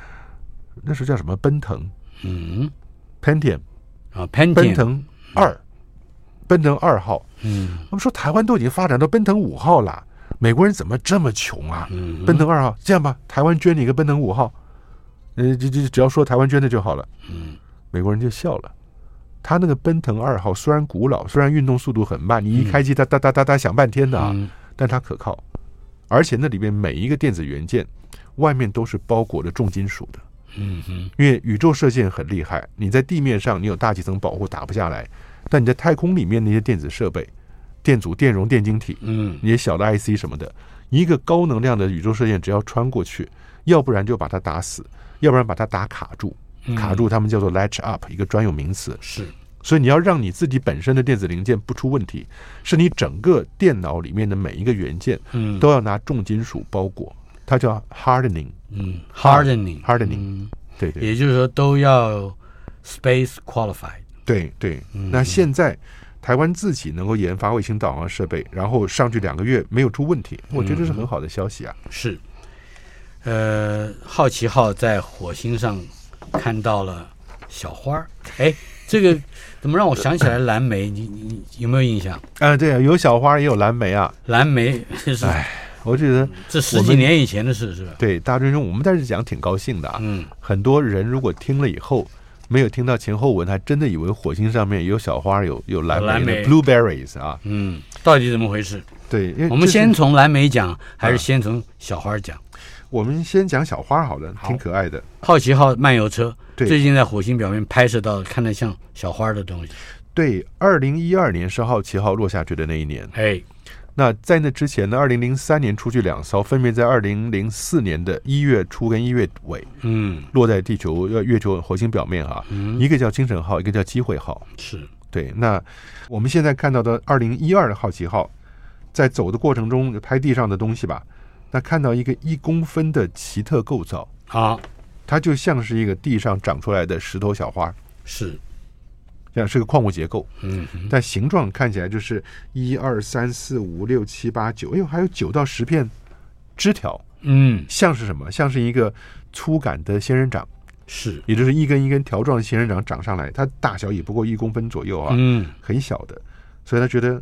S2: 那时候叫什么奔腾
S1: 嗯
S2: Pentium
S1: 哼，啊
S2: 奔
S1: ，Pentium，
S2: 腾二，奔腾二号。
S1: 嗯
S2: 我们说台湾都已经发展到奔腾五号了，美国人怎么这么穷啊？
S1: 嗯
S2: 奔腾二号这样吧，台湾捐你一个奔腾五号，呃，就就只要说台湾捐的就好了。
S1: 嗯，
S2: 美国人就笑了。他那个奔腾二号虽然古老，虽然运动速度很慢，你一开机哒哒哒哒哒响半天的啊，
S1: 嗯
S2: 但它可靠，而且那里面每一个电子元件外面都是包裹了重金属的，
S1: 嗯哼，
S2: 因为宇宙射线很厉害，你在地面上你有大气层保护打不下来，但你在太空里面那些电子设备、电阻、电容、电晶体，
S1: 嗯
S2: 那些小的 IC 什么的，一个高能量的宇宙射线只要穿过去，要不然就把它打死，要不然把它打卡住，
S1: 嗯
S2: 卡住他们叫做 latch up 一个专有名词，
S1: 是，
S2: 所以你要让你自己本身的电子零件不出问题，是你整个电脑里面的每一个元件
S1: 嗯
S2: 都要拿重金属包裹，它叫 hardening
S1: 嗯，hardening，
S2: hardening，
S1: 嗯，
S2: 对对
S1: 也就是说都要 space qualified，
S2: 对对。那现在台湾自己能够研发卫星导航设备，然后上去两个月没有出问题，我觉得这是很好的消息啊。
S1: 是，呃，好奇号在火星上看到了小花儿，哎，这个怎么让我想起来蓝莓？你你你有没有印象？
S2: 啊，对啊，有小花也有蓝莓啊。
S1: 蓝莓这是
S2: 哎我觉得
S1: 这十几年以前的事是吧？
S2: 对大追兄，我们在这讲挺高兴的啊。
S1: 嗯，
S2: 很多人如果听了以后没有听到前后文，还真的以为火星上面有小花，有有蓝莓
S1: 蓝
S2: 的
S1: 莓
S2: blueberries 啊。
S1: 嗯，到底怎么回事？
S2: 对，因为
S1: 我们
S2: 嗯这是啊
S1: 先从蓝莓讲，还是先从小花讲？
S2: 我们先讲小花好了，挺可爱的。
S1: 好奇号漫游车
S2: 对
S1: 最近在火星表面拍摄到看得像小花的东西，
S2: 对，二零一二年是好奇号落下去的那一年。
S1: 哎，
S2: 那在那之前呢，二零零三年出去两艘，分别在二零零四年的一月初跟一月尾
S1: 嗯，
S2: 落在地球呃月球火星表面啊，一个叫精神号，一个叫机会号。
S1: 是，
S2: 对，那我们现在看到的二零一二的好奇号，在走的过程中拍地上的东西吧，那看到一个一公分的奇特构造，
S1: 好，
S2: 它就像是一个地上长出来的石头小花，
S1: 是，
S2: 像是个矿物结构。
S1: 嗯哼
S2: 但形状看起来就是一二三四五六七八九，哎呦，还有九到十片枝条，
S1: 嗯，
S2: 像是什么？像是一个粗杆的仙人掌，
S1: 是，
S2: 也就是一根一根条状的仙人掌长上来，它大小也不过一公分左右啊，
S1: 嗯
S2: 很小的，所以他觉得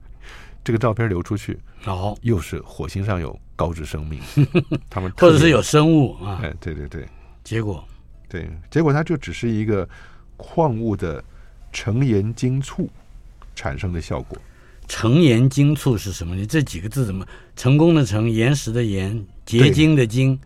S2: 这个照片流出去，
S1: 哦，
S2: 又是火星上有高知 生命，他们特
S1: 或
S2: 别
S1: 者是有生物啊，
S2: 哎，对对对
S1: 结果
S2: 对，结果它就只是一个矿物的成盐精醋产生的效果。
S1: 嗯成岩精醋是什么？你这几个字怎么成功的成，岩石的岩，结晶的晶，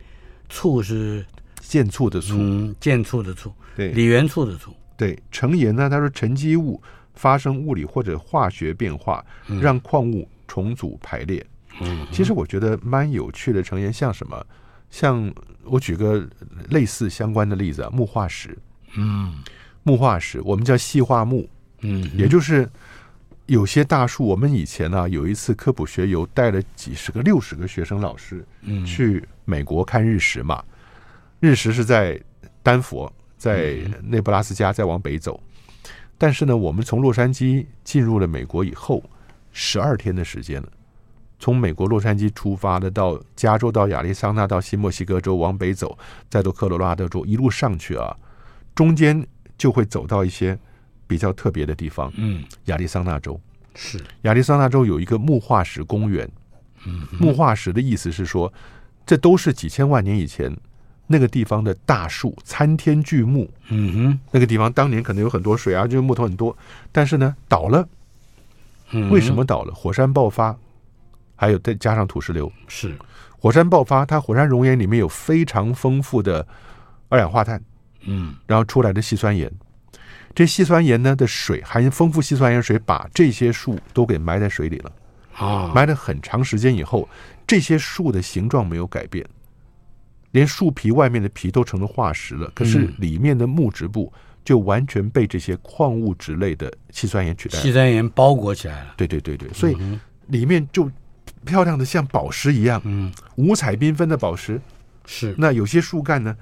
S1: 醋是
S2: 建醋的醋，
S1: 嗯，建醋的醋，
S2: 对
S1: 李元醋的醋，
S2: 对，成盐呢，它是沉积物发生物理或者化学变化，让矿物重组排列。
S1: 嗯，
S2: 其实我觉得蛮有趣的成盐，像什么？像我举个类似相关的例子啊，木化石，
S1: 嗯
S2: 木化石我们叫细化木，
S1: 嗯，
S2: 也就是有些大树，我们以前呢、有一次科普学游带了几十个、六十个学生老师
S1: 嗯
S2: 去美国看日食嘛。日食是在丹佛，在内布拉斯加，再往北走。但是呢，我们从洛杉矶进入了美国以后，十二天的时间了。从美国洛杉矶出发的，到加州，到亚利桑那，到新墨西哥州，往北走，再到科罗拉多州，一路上去啊，中间就会走到一些比较特别的地方。
S1: 嗯
S2: 亚利桑那州。
S1: 是嗯
S2: 亚利桑那州有一个木化石公园，木化石的意思是说，这都是几千万年以前那个地方的大树参天巨木。
S1: 嗯哼
S2: 那个地方当年可能有很多水啊，就是木头很多，但是呢倒了，
S1: 嗯哼，
S2: 为什么倒了？火山爆发，还有再加上土石流。
S1: 是
S2: 火山爆发，它火山熔岩里面有非常丰富的二氧化碳，
S1: 嗯
S2: 然后出来的细酸盐。这细酸盐呢的水含丰富细酸盐水，把这些树都给埋在水里了。
S1: 啊
S2: 埋了很长时间以后，这些树的形状没有改变，连树皮外面的皮都成了化石了，可是
S1: 嗯
S2: 里面的木质部就完全被这些矿物质类的细酸盐取代了。
S1: 西山岩包裹起来了，
S2: 对对对
S1: 嗯
S2: 对，所以里面就漂亮的像宝石一样，
S1: 嗯
S2: 五彩缤纷的宝石。
S1: 是
S2: 那有些树干呢，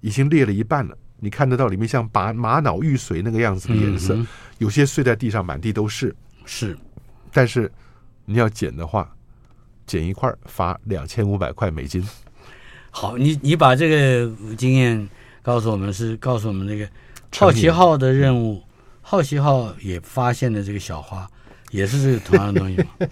S2: 已经裂了一半了。你看得到里面像玛玛瑙玉髓那个样子的颜色，
S1: 嗯
S2: 有些碎在地上，满地都是。
S1: 是
S2: 但是你要捡的话，捡一块儿罚两千五百块美金。
S1: 好，你你把这个经验告诉我们是告诉我们这个好奇
S2: 成瘾
S1: 号的任务，好奇号也发现了这个小花，也是这个同样的东西嘛。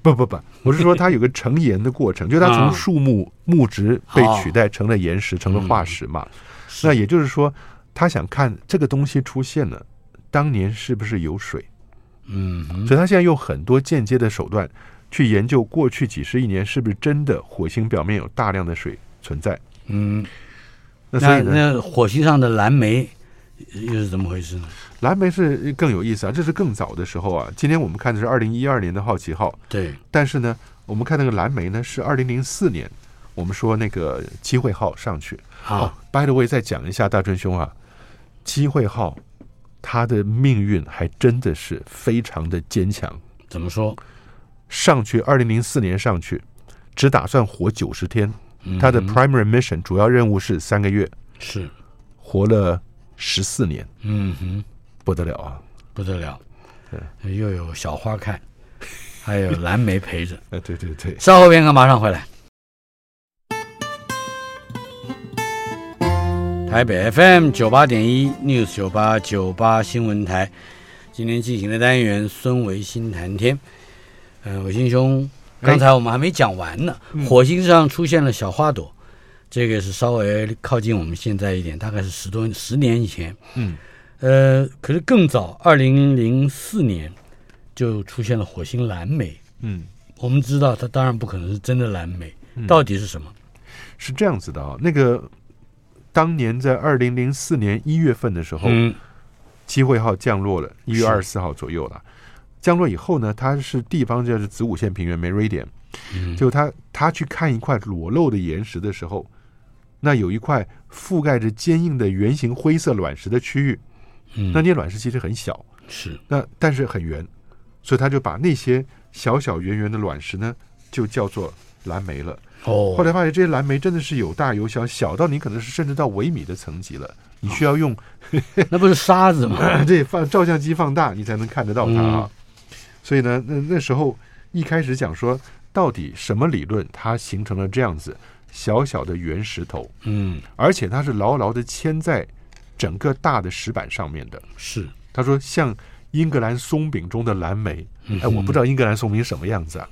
S2: 不不不，我是说它有个成岩的过程，就是它
S1: 啊
S2: 从树木木质被
S1: 好
S2: 取代成了岩石，成了化石嘛。
S1: 是
S2: 那也就是说，他想看这个东西出现了，当年是不是有水？
S1: 嗯哼
S2: 所以他现在用很多间接的手段去研究过去几十亿年是不是真的火星表面有大量的水存在。
S1: 嗯，
S2: 那所
S1: 那
S2: 以呢？
S1: 那火星上的蓝莓又是怎么回事呢？
S2: 蓝莓是更有意思啊，这是更早的时候啊。今天我们看的是二零一二年的好奇号，
S1: 对，
S2: 但是呢，我们看那个蓝莓呢，是二零零四年，我们说那个机会号上去。
S1: 好，
S2: 哦，by the way，再讲一下大春兄啊，机会号它的命运还真的是非常的坚强。
S1: 怎么说？
S2: 上去，二零零四年上去，只打算活九十天，
S1: 嗯
S2: 它的
S1: 哼
S2: primary mission 主要任务是三个月，
S1: 是
S2: 活了十四年，
S1: 嗯哼
S2: 不得了啊！
S1: 不得了，又有小花看，还有蓝莓陪着。
S2: 哎， 对对对。
S1: 稍后片刻马上回来。台北 FM 九八点一 News 九八九八新闻台，今天进行的单元孙维新谈天。呃，维新兄，刚才我们还没讲完呢，火星上出现了小花朵，这个是稍微靠近我们现在一点，大概是十多十年以前。
S2: 嗯，
S1: 呃，可是更早，二零零四年就出现了火星蓝莓。
S2: 嗯，
S1: 我们知道它当然不可能是真的蓝莓，到底是什么？
S2: 是这样子的啊，那个当年在二零零四年一月份的时候，
S1: 嗯
S2: 机会号降落了，一月二十
S1: 是
S2: 四号左右了。降落以后呢，它是地方就是子午线平原 （Meridian），
S1: 嗯
S2: 就他他去看一块裸露的岩石的时候，那有一块覆盖着坚硬的圆形灰色卵石的区域，
S1: 嗯，
S2: 那那些卵石其实很小，
S1: 是
S2: 那但是很圆，所以他就把那些小小圆圆的卵石呢，就叫做蓝莓了。
S1: 哦，
S2: 后来发现这些蓝莓真的是有大有小，小到你可能是甚至到微米的层级了，你需要用
S1: 那不是沙子吗？
S2: 这放照相机放大，你才能看得到它啊。所以呢，那那时候一开始讲说，到底什么理论它形成了这样子小小的圆石头，
S1: 嗯，
S2: 而且它是牢牢的嵌在整个大的石板上面的。
S1: 嗯是
S2: 他说像英格兰松饼中的蓝莓，哎，我不知道英格兰松饼什么样子啊，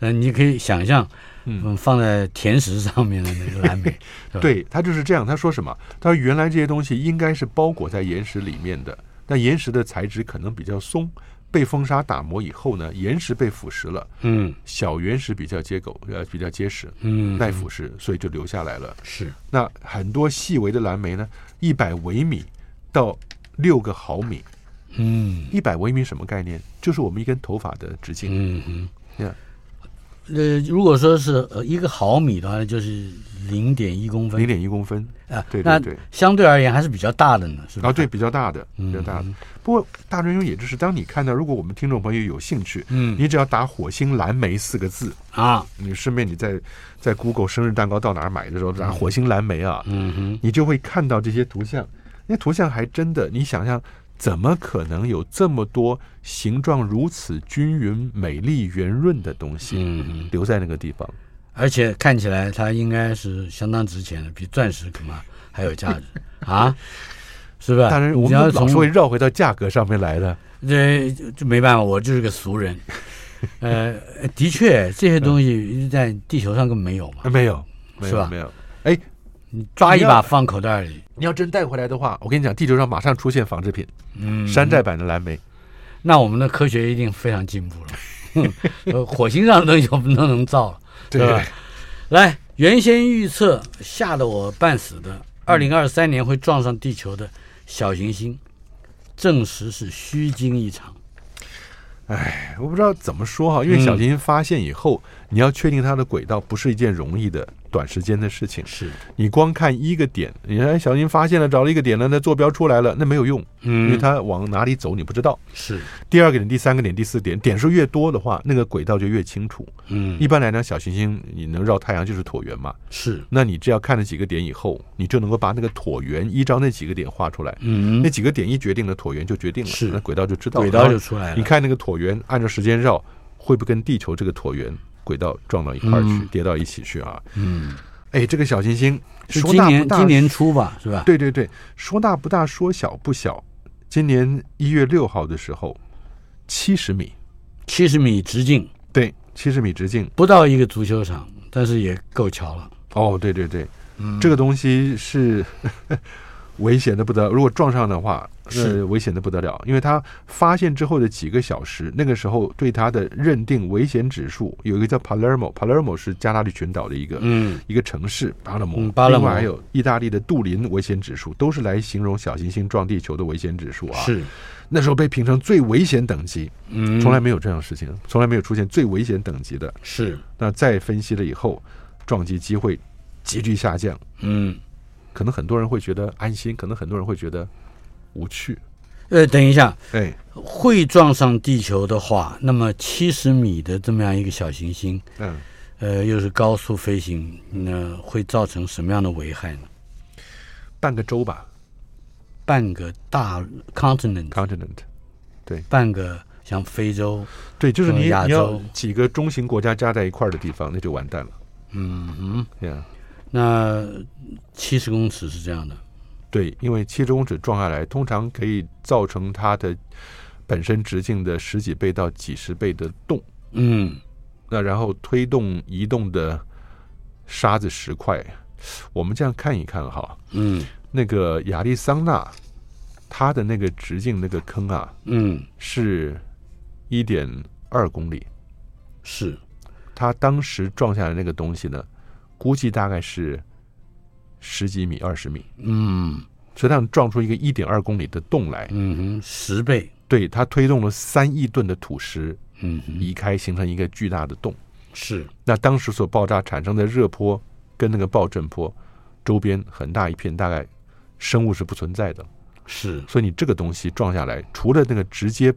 S1: 嗯，你可以想象，
S2: 嗯
S1: 嗯，放在甜食上面的那个蓝 莓，对吧
S2: 对他就是这样。他说什么？他说原来这些东西应该是包裹在岩石里面的，但岩石的材质可能比较松，被风沙打磨以后呢，岩石被腐蚀了，
S1: 嗯
S2: 小原石比较结构，呃，比较结实，
S1: 嗯，
S2: 耐腐蚀，所以就留下来了。
S1: 是，
S2: 那很多细微的蓝莓呢，一百微米到六个毫米，
S1: 嗯
S2: 一百微米什么概念？就是我们一根头发的直径。
S1: 嗯嗯。
S2: Yeah
S1: 呃，如果说是呃一个毫米的话，那就是零点一公分，
S2: 零点一公分
S1: 啊，
S2: 对对
S1: 那
S2: 对
S1: 相对而言还是比较大的呢，是吧？
S2: 啊，对，，比较大的，
S1: 嗯
S2: 比较大的。不过大专兄也就是，当你看到，如果我们听众朋友有兴趣，
S1: 嗯
S2: 你只要打“火星蓝莓”四个字，
S1: 啊，
S2: 你顺便你在在 Google 生日蛋糕到哪儿买的时候打“火星蓝莓”啊，
S1: 嗯哼，
S2: 你就会看到这些图像。那图像还真的，你想象怎么可能有这么多形状如此均匀、美丽、圆润的东西
S1: 嗯哼，
S2: 留在那个地方？
S1: 而且看起来它应该是相当值钱的，比钻石恐怕还有 价值啊，是吧？
S2: 当然，
S1: 哎
S2: 我
S1: 你
S2: 们
S1: 要
S2: 老
S1: 从
S2: 是会绕回到价格上面来的。
S1: 这就没办法，我就是个俗 人。呃，的确，这些东西在地球上根本没 有嘛
S2: 啊，没有，没
S1: 是
S2: 有，
S1: 吧
S2: 没有。
S1: 你抓一把放口袋里，
S2: 你要真带回来的话，我跟你讲，地球上马上出现仿制品，
S1: 嗯，
S2: 山寨版的蓝莓。
S1: 那我们的科学一定非常进步了。 呃火星上的东西我们都能造了，
S2: 对
S1: 吧？来，原先预测吓得我半死的，二零二三年会撞上地球的小行星，证实是虚惊一场。
S2: 我不知道怎么说哈，因为
S1: 嗯
S2: 小行星发现以后，你要确定它的轨道不是一件容易的短时间的事情。
S1: 是，
S2: 你光看一个点，你看哎小行星发现了，找了一个点了，那坐标出来了，那没有用，因为
S1: 嗯，
S2: 它往哪里走你不知道。
S1: 是，
S2: 第二个点、第三个点、第四点，点数越多的话，那个轨道就越清楚。
S1: 嗯，
S2: 一般来讲，小行星你能绕太阳就是椭圆嘛，
S1: 是，
S2: 那你只要看了几个点以后，你就能够把那个椭圆依照那几个点画出来。
S1: 嗯
S2: 那，几个点一决定了，椭圆就决定了，
S1: 是
S2: 那轨道就知道了。
S1: 轨道
S2: 然后
S1: 就出来
S2: 你
S1: 了。
S2: 看那个椭圆，按照时间绕，会不会跟地球这个椭圆轨道撞到一块儿去，
S1: 嗯
S2: 跌到一起去啊？
S1: 嗯，
S2: 哎，这个小行星
S1: 是
S2: 说
S1: 今
S2: 大不
S1: 年
S2: 大，
S1: 今年初吧，是吧？
S2: 对对对，说大不大，说小不小。今年一月六号的时候，七十米，
S1: 七十米直径，
S2: 对，七十米直径。
S1: 不到一个足球场，但是也够巧了。
S2: 哦，对对对，这个东西是 危险的不得，如果撞上的话，
S1: 是
S2: 呃危险的不得了，因为它发现之后的几个小时，那个时候对它的认定危险指数有一个叫 Palermo，Palermo 是加那利群岛的一个。
S1: 嗯，
S2: 一个城市巴勒摩，
S1: 嗯巴勒摩
S2: 另外还有意大利的杜林危险指数，都是来形容小行星撞地球的危险指数啊。
S1: 是，
S2: 那时候被评成最危险等级，
S1: 嗯，
S2: 从来没有这样的事情，从来没有出现最危险等级的。
S1: 是，
S2: 那再分析了以后，撞击机会急剧下降，
S1: 嗯，
S2: 可能很多人会觉得安心，可能很多人会觉得无趣。
S1: 呃，等一下，
S2: 哎，
S1: 会撞上地球的话，那么七十米的这么样一个小行星，
S2: 嗯，
S1: 呃，又是高速飞行，那会造成什么样的危害呢？
S2: 半个州吧
S1: 半个大 continent，
S2: ，continent。
S1: 半个像非洲，
S2: 对，就是你
S1: 嗯亚洲
S2: 你要几个中型国家加在一块儿的地方，那就完蛋了。
S1: 嗯哼，
S2: Yeah，
S1: 那七十公尺是这样的，
S2: 对，因为七十公尺撞下来，通常可以造成它的本身直径的十几倍到几十倍的洞，
S1: 嗯，
S2: 那然后推动移动的沙子石块。我们这样看一看哈，
S1: 嗯，
S2: 那个亚利桑那，它的那个直径那个坑啊，
S1: 嗯，
S2: 是一点二公里。
S1: 是，
S2: 它当时撞下来那个东西呢，估计大概是十几米、二十米，
S1: 嗯
S2: 所以它撞出一个一点二公里的洞来。
S1: 嗯哼，十倍，
S2: 对，它推动了三亿吨的土石
S1: 嗯哼，
S2: 移开，形成一个巨大的洞。
S1: 是，
S2: 那当时所爆炸产生的热波跟那个爆震波，周边很大一片大概生物是不存在的，
S1: 是，
S2: 所以你这个东西撞下来，除了那个直接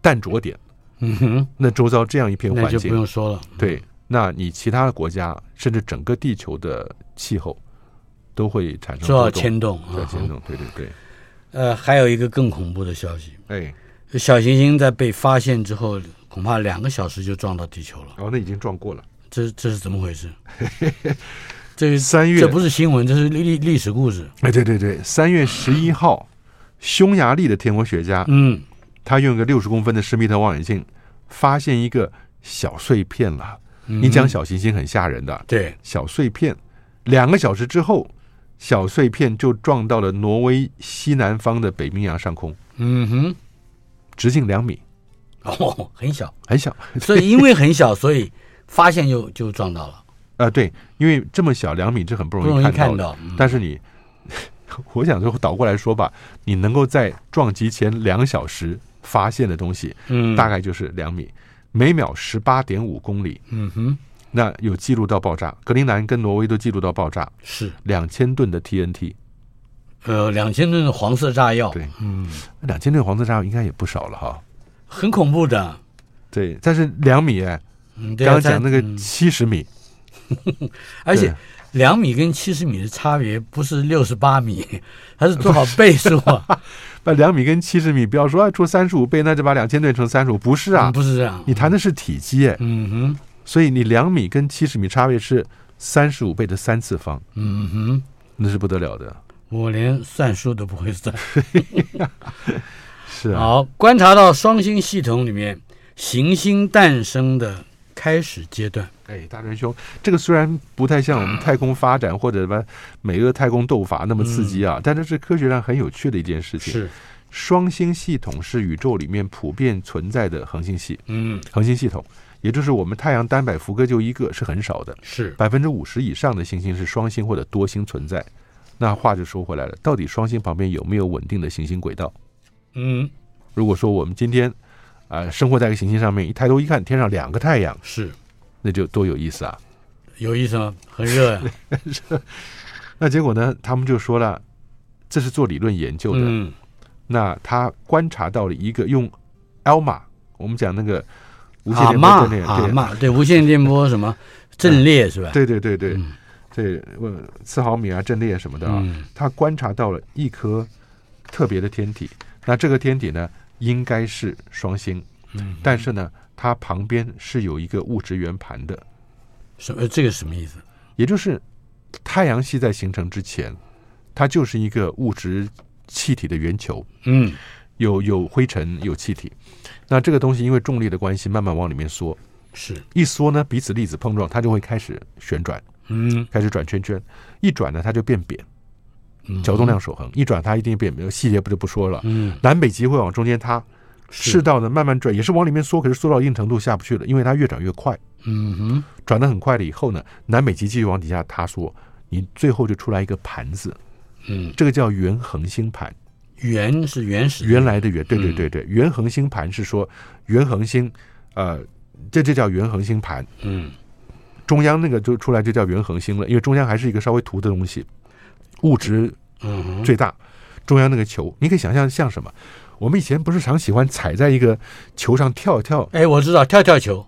S2: 弹着点，
S1: 嗯哼，
S2: 那周遭这样一片
S1: 那
S2: 环
S1: 就
S2: 境
S1: 不，用说了，
S2: 对，那你其他的国家甚至整个地球的气候都会产生
S1: 说要
S2: 波动
S1: 牵动
S2: 对
S1: 啊。
S2: 牵动，对对对，
S1: 呃，还有一个更恐怖的消息，
S2: 哎，
S1: 小行星在被发现之后，恐怕两个小时就撞到地球了，
S2: 哦，那已经撞过了。
S1: 这这是怎么回 事？这个
S2: 三月
S1: 这，不是新闻，这是历历历史故事。
S2: 哎，对对对，三月十一号，匈牙利的天文学家
S1: 嗯
S2: 他用一个六十公分的施密特望远镜发现一个小碎片了。
S1: 嗯
S2: 你讲小行星很吓人的
S1: 对，
S2: 小碎片，两个小时之后，小碎片就撞到了挪威西南方的北冰洋上空，
S1: 嗯哼，
S2: 直径两米，
S1: 哦，很小，
S2: 很小。
S1: 所以因为很小，所以发现就就撞到了，
S2: 啊，对，因为这么小两米，这很不
S1: 不
S2: 容
S1: 容
S2: 易
S1: 易
S2: 看
S1: 看
S2: 的。
S1: 到。嗯
S2: 但是你，我想说倒过来说吧，你能够在撞击前两小时发现的东西，
S1: 嗯，
S2: 大概就是两米，每秒十八点五公里。
S1: 嗯哼，
S2: 那有记录到爆炸，格陵兰跟挪威都记录到爆炸，
S1: 是
S2: 两千吨的 TNT，
S1: 呃，两千吨的黄色炸药，
S2: 对
S1: 嗯，
S2: 两千吨黄色炸药应该也不少了哈。
S1: 很恐怖的。
S2: 对，但是两米哎，
S1: 嗯，对
S2: 刚
S1: 啊
S2: 刚讲那个
S1: 在嗯
S2: 七十米，
S1: 而且
S2: 对
S1: 两米跟七十米的差别不是六十八米，它是多少倍数啊？
S2: 把两米跟七十米，不要说啊除三十五倍，那就把两千吨乘三十五，不 是啊
S1: 嗯，不是这样。
S2: 你谈的是体积哎，
S1: 嗯哼，
S2: 所以你两米跟七十米差别是三十五倍的三次方，
S1: 嗯哼，
S2: 那是不得了的。
S1: 我连算数都不会算。
S2: 是啊，
S1: 好，观察到双星系统里面行星诞生的开始阶段。
S2: 哎，大仁兄，这个虽然不太像我们太空发展或者什么美俄太空斗法那么刺激啊，但这是科学上很有趣的一件事情。
S1: 嗯是，
S2: 双星系统是宇宙里面普遍存在的恒星系
S1: 嗯，
S2: 恒星系统，也就是我们太阳单摆伏哥就一个，是很少的，
S1: 是，
S2: 百分之五十以上的行星是双星或者多星存在。那话就说回来了，到底双星旁边有没有稳定的行星轨道？
S1: 嗯，
S2: 如果说我们今天啊、呃生活在一个行星上面，一抬头一看，天上两个太阳，
S1: 是
S2: 那就多有意思啊！
S1: 有意思吗？很热 呀、
S2: 那结果呢，他们就说了，这是做理论研究的，
S1: 嗯，
S2: 那他观察到了一个用 l m a 我们讲那个无线
S1: 阿
S2: 电
S1: 妈
S2: 波阵列，
S1: 阿
S2: 对
S1: 妈，啊对，无线电波什么阵列是吧？
S2: 对对对对
S1: 嗯
S2: 对，呃四毫米啊、阵列什么的啊，
S1: 嗯
S2: 他观察到了一颗特别的天体。那这个天体呢，应该是双星，
S1: 嗯
S2: 但是呢，它旁边是有一个物质圆盘的，
S1: 什么？这个什么意思？
S2: 也就是太阳系在形成之前，它就是一个物质气体的圆球，
S1: 嗯，
S2: 有有灰尘，有气体。那这个东西因为重力的关系，慢慢往里面缩，
S1: 是，
S2: 一缩呢，彼此粒子碰撞，它就会开始旋转，
S1: 嗯，
S2: 开始转圈圈，一转呢，它就变扁。
S1: 嗯
S2: 角动，量守恒，一转它一定变没有细节不就不说了。
S1: 嗯，
S2: 南北极会往中间塌，
S1: 是
S2: 赤，道呢慢慢转，也是往里面缩，可是缩到一定程度下不去了，因为它越转越快，
S1: 嗯哼，
S2: 转得很快了以后呢，南北极继续往底下塌缩，你最后就出来一个盘子，
S1: 嗯，
S2: 这个叫原恒星盘。
S1: 原是嗯原始，
S2: 原来的原，对对对对，原恒星盘是说原恒星，呃，这这叫原恒星盘。
S1: 嗯，
S2: 中央那个就出来就叫原恒星了，因为中央还是一个稍微凸的东西，物质
S1: 嗯哼，
S2: 最大，中央那个球，你可以想象像什么？我们以前不是常喜欢踩在一个球上跳一跳，
S1: 哎，我知道跳跳 球，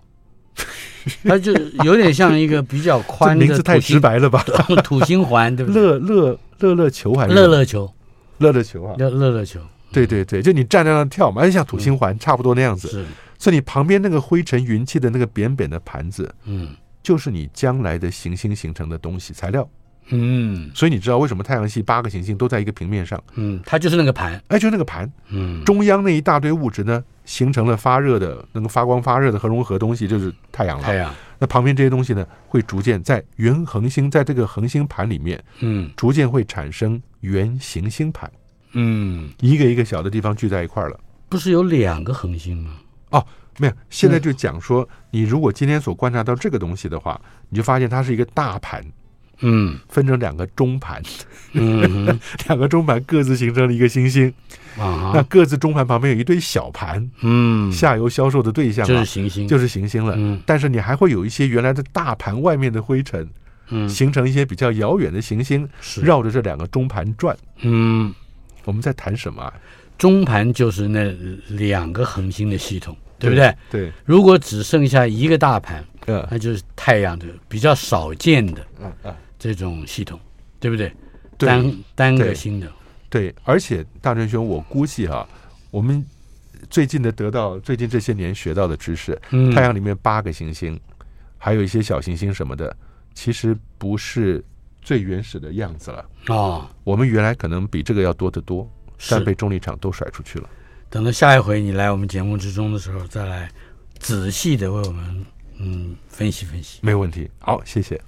S1: 它就有点像一个比较
S2: 这
S1: 宽的
S2: 名字太
S1: 土
S2: 直
S1: 星
S2: 白了吧？
S1: 土星环，对不对？
S2: 乐乐乐乐球还是
S1: 乐乐球，
S2: 乐乐球啊？
S1: 乐嗯乐乐球
S2: 对对对，就你站在那跳嘛，哎，像土星环差不多那样子。
S1: 是，
S2: 所以你旁边那个灰尘云气的那个扁扁的盘子，
S1: 嗯
S2: 就是你将来的行星形成的东西材料。
S1: 嗯
S2: 所以你知道为什么太阳系八个行星都在一个平面上？
S1: 嗯，它就是那个盘，
S2: 哎，就那个盘
S1: 嗯，
S2: 中央那一大堆物质呢，形成了发热的、能够发光发热的核融合东西，就是太阳了。
S1: 太阳，
S2: 那旁边这些东西呢，会逐渐在原恒星在这个恒星盘里面，
S1: 嗯
S2: 逐渐会产生原行星盘，
S1: 嗯，
S2: 一个一个小的地方聚在一块儿了。
S1: 不是有两个恒星吗？
S2: 没有，现在就讲说，你如果今天所观察到这个东西的话，你就发现它是一个大盘，
S1: 嗯
S2: 分成两个中盘，
S1: 嗯哼
S2: 两个中盘各自形成了一个星星，
S1: 啊
S2: 那
S1: 哈，
S2: 各自中盘旁边有一堆小盘，
S1: 嗯，
S2: 下游销售的对象
S1: 就是
S2: 啊，
S1: 行星，
S2: 就是是行星了。
S1: 嗯
S2: 但是你还会有一些原来的大盘外面的灰尘，
S1: 嗯
S2: 形成一些比较遥远的行星，
S1: 是，
S2: 绕着这两个中盘转。
S1: 嗯。
S2: 我们在谈什么、啊？
S1: 中盘就是那两个恒星的系统，对不对？
S2: 对，
S1: 如果只剩下一个大盘，
S2: 呃，
S1: 那就是太阳的比较少见的
S2: 嗯嗯
S1: 这种系统，对不对？
S2: 对
S1: 单单个
S2: 对
S1: 星的，
S2: 对，而且大真兄，我估计啊，我们最近的得到，最近这些年学到的知识，
S1: 嗯，
S2: 太阳里面八个行星，还有一些小行星什么的，其实不是最原始的样子了。
S1: 哦，
S2: 我们原来可能比这个要多得多，但
S1: 是。
S2: 被重力场都甩出去了。
S1: 等到下一回你来我们节目之中的时候，再来嗯
S3: 仔细的为我们嗯分析分析。
S1: 没问题。好，谢谢。